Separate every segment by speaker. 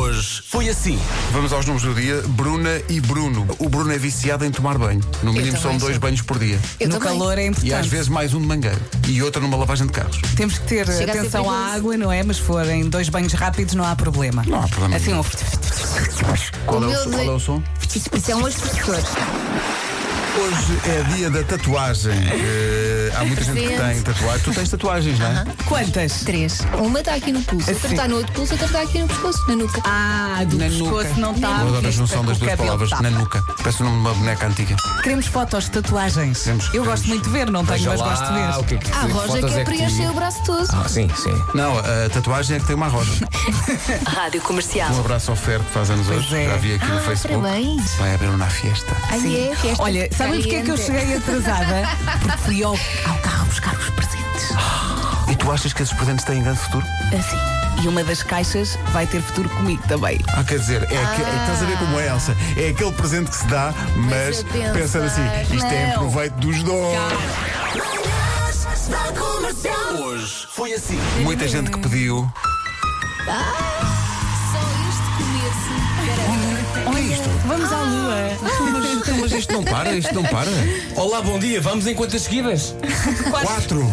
Speaker 1: Hoje foi assim.
Speaker 2: Vamos aos números do dia. Bruna e Bruno. O Bruno é viciado em tomar banho. No mínimo são
Speaker 3: também
Speaker 2: dois
Speaker 3: sou.
Speaker 2: banhos por dia.
Speaker 3: Eu
Speaker 4: no
Speaker 3: também.
Speaker 4: calor é importante.
Speaker 2: E às vezes mais um de mangueira. E outra numa lavagem de carros.
Speaker 4: Temos que ter
Speaker 3: Chega a ser
Speaker 4: atenção à
Speaker 3: perigoso.
Speaker 4: água, não é? Mas se forem dois banhos rápidos, não há problema.
Speaker 2: Não há problema
Speaker 4: Assim,
Speaker 2: nenhum.
Speaker 4: um...
Speaker 2: Qual,
Speaker 3: O
Speaker 2: é,
Speaker 3: meu
Speaker 2: o,
Speaker 3: de-
Speaker 2: qual é o som?
Speaker 3: Isso é um aspersor.
Speaker 2: Hoje é dia da tatuagem. Eh, há muita gente que tem
Speaker 3: Presente.
Speaker 2: tatuagem. Tu tens tatuagens, não é?
Speaker 4: Quantas?
Speaker 3: Três. Uma está Um aqui no pulso, outra
Speaker 4: Assim.
Speaker 3: está no outro pulso, outra está aqui no pescoço, na nuca.
Speaker 4: Ah, do
Speaker 2: Na
Speaker 4: pescoço
Speaker 2: nuca.
Speaker 4: não está.
Speaker 2: Eu adoro a
Speaker 4: porque
Speaker 2: junção
Speaker 4: está
Speaker 2: das
Speaker 4: com o
Speaker 2: duas
Speaker 4: cabelo
Speaker 2: palavras.
Speaker 4: tapa.
Speaker 2: Na nuca. Parece o nome de uma boneca antiga.
Speaker 4: Queremos fotos de tatuagens.
Speaker 2: Queremos,
Speaker 4: Eu
Speaker 2: queremos. Ah,
Speaker 4: gosto muito de ver, não tenho,
Speaker 1: Veja
Speaker 4: mas
Speaker 1: lá
Speaker 4: gosto de ver. Ah,
Speaker 1: o que é que
Speaker 3: A
Speaker 1: que
Speaker 3: Roja
Speaker 1: fotos
Speaker 3: Ah, quer
Speaker 1: é que-
Speaker 3: preencher o braço todo.
Speaker 1: Ah, sim, sim.
Speaker 2: Não, a tatuagem é que tem uma rosa.
Speaker 5: Rádio Comercial.
Speaker 2: Um abraço ao Fer que faz anos hoje.
Speaker 4: Pois é.
Speaker 2: Já vi aqui no
Speaker 3: Ah,
Speaker 2: Facebook.
Speaker 3: parabéns.
Speaker 2: Vai abrir uma fiesta.
Speaker 3: Ai, é, festa
Speaker 4: Olha, sabem porque é que eu
Speaker 3: caliente.
Speaker 4: cheguei atrasada? Porque fui ao, ao carro buscar os presentes.
Speaker 2: E tu achas que esses presentes têm grande futuro?
Speaker 4: Assim. E uma das caixas vai ter futuro comigo também.
Speaker 2: Ah, quer dizer, é que, estás a ver como é, Elsa? É aquele presente que se dá, mas
Speaker 3: eu penso,
Speaker 2: pensando assim, isto é em
Speaker 4: não.
Speaker 2: proveito dos dons.
Speaker 1: Hoje foi assim.
Speaker 2: Muita gente que pediu.
Speaker 3: Só este começo.
Speaker 2: Olha isto. Ah,
Speaker 4: Vamos à lua.
Speaker 2: Mas isto não para, isto não para.
Speaker 1: Olá, bom dia. Vamos em quantas seguidas?
Speaker 2: Quatro.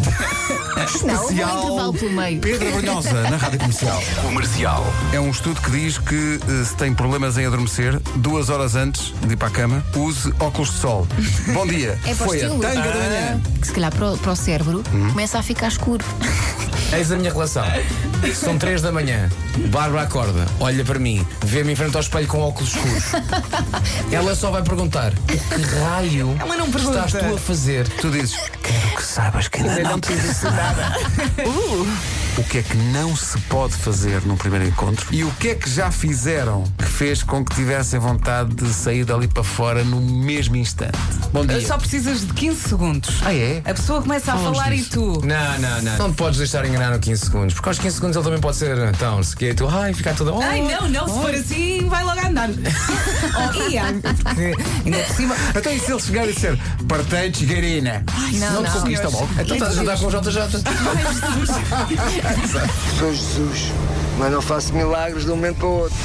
Speaker 3: Não, houve um
Speaker 2: Especial.
Speaker 3: intervalo pelo meio.
Speaker 2: Pedro Brunhosa, na Rádio Comercial.
Speaker 1: Comercial.
Speaker 2: É um estudo que diz que eh, se tem problemas em adormecer, duas horas antes de ir para a cama, use óculos de sol. Bom dia.
Speaker 3: É para o
Speaker 2: Foi a
Speaker 3: estilo.
Speaker 2: tanga da manhã.
Speaker 3: Que se calhar para o, para o cérebro começa a ficar escuro.
Speaker 1: Eis a minha relação. São três da manhã. Bárbara acorda, olha para mim, vê-me em frente ao espelho com óculos escuros. Ela só vai perguntar: o que raio
Speaker 4: Ela não pergunta.
Speaker 1: estás tu a fazer?
Speaker 2: Tu dizes, quero que saibas que ainda não te disse nada. O que é que não se pode fazer num primeiro encontro? E o que é que já fizeram que fez com que tivessem vontade de sair dali para fora no mesmo instante? Bom dia.
Speaker 4: Só precisas de 15 segundos.
Speaker 2: Ah, é?
Speaker 4: A pessoa começa a falar e tu.
Speaker 1: Não, não, não. Não te podes deixar enganar no 15 segundos, porque aos 15 segundos ele também pode ser. Então, se quer tu, ai, "Oh, ficar toda.
Speaker 4: Ai, não, não, se for assim, vai logo andar. oh, ia. Porque ainda por cima.
Speaker 2: Então, e se ele chegar e disser, partente, garina?
Speaker 3: não,
Speaker 2: não, te
Speaker 3: não.
Speaker 2: conquista logo.
Speaker 1: Então estás a jantar com o JJ.
Speaker 6: Sou Jesus, mas não faço milagres de um momento para o outro.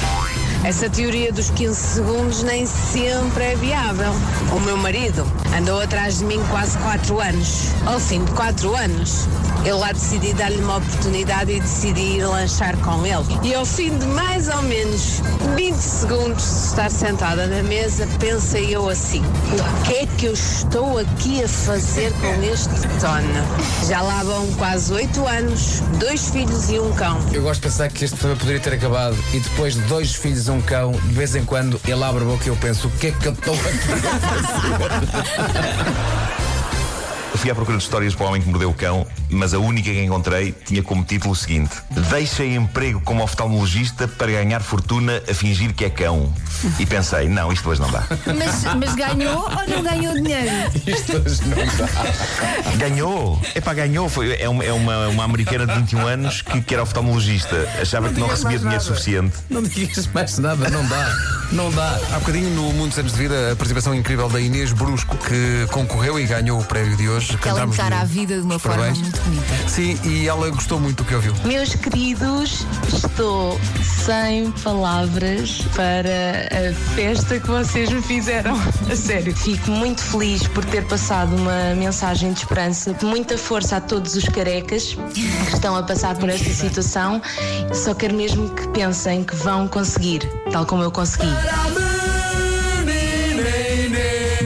Speaker 7: Essa teoria dos 15 segundos nem sempre é viável. O meu marido andou atrás de mim quase 4 anos. Ao fim de 4 anos, eu lá decidi dar-lhe uma oportunidade e decidi ir lanchar com ele. E ao fim de mais ou menos 20 segundos de estar sentada na mesa, pensei eu assim: o que é que eu estou aqui a fazer com este tono? Já lá vão quase 8 anos, dois filhos e um cão.
Speaker 1: Eu gosto de pensar que este programa poderia ter acabado e depois de dois filhos e um cão, de vez em quando ele abre a boca e eu penso: o que é que eu estou a fazer?
Speaker 8: Eu Fui à procura de histórias para o homem que mordeu o cão, mas a única que encontrei tinha como título o seguinte: Deixei emprego como oftalmologista para ganhar fortuna a fingir que é cão. E pensei, não, isto hoje não dá.
Speaker 3: Mas, mas ganhou ou não ganhou dinheiro?
Speaker 1: Isto hoje não dá.
Speaker 8: Ganhou! Epá, ganhou! Foi, é uma, é uma, uma americana de 21 anos que, que era oftalmologista. Achava que não recebia dinheiro suficiente.
Speaker 1: Não digas mais nada, não dá. Não dá.
Speaker 2: Há bocadinho no Mundo dos Anos de Vida, a participação incrível da Inês Brusco, que concorreu e ganhou o prémio de hoje.
Speaker 3: Que ela é um
Speaker 2: Cantámos-lhe
Speaker 3: encara a vida de uma
Speaker 2: os
Speaker 3: forma
Speaker 2: parabéns.
Speaker 3: muito bonita.
Speaker 2: Sim, e ela gostou muito do que ouviu.
Speaker 9: Meus queridos, estou sem palavras para a festa que vocês me fizeram. A sério, fico muito feliz por ter passado uma mensagem de esperança, muita força a todos os carecas que estão a passar por esta situação. Só quero mesmo que pensem que vão conseguir, tal como eu consegui.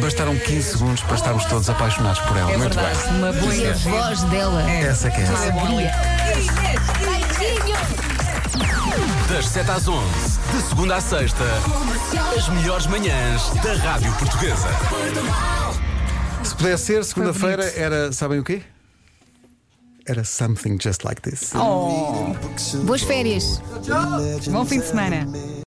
Speaker 2: Bastaram 15 segundos para estarmos todos apaixonados por ela.
Speaker 4: É
Speaker 2: muito
Speaker 4: verdade,
Speaker 2: bem.
Speaker 4: uma boa
Speaker 3: E a
Speaker 4: energia.
Speaker 3: voz dela.
Speaker 2: Essa que é essa.
Speaker 3: Alegria.
Speaker 1: Das 7 às 11, de segunda à sexta, as melhores manhãs da Rádio Portuguesa.
Speaker 2: Se pudesse ser, é segunda-feira era, sabem o quê? Era something just like this.
Speaker 4: Oh,
Speaker 3: Boas férias.
Speaker 4: bom fim de semana.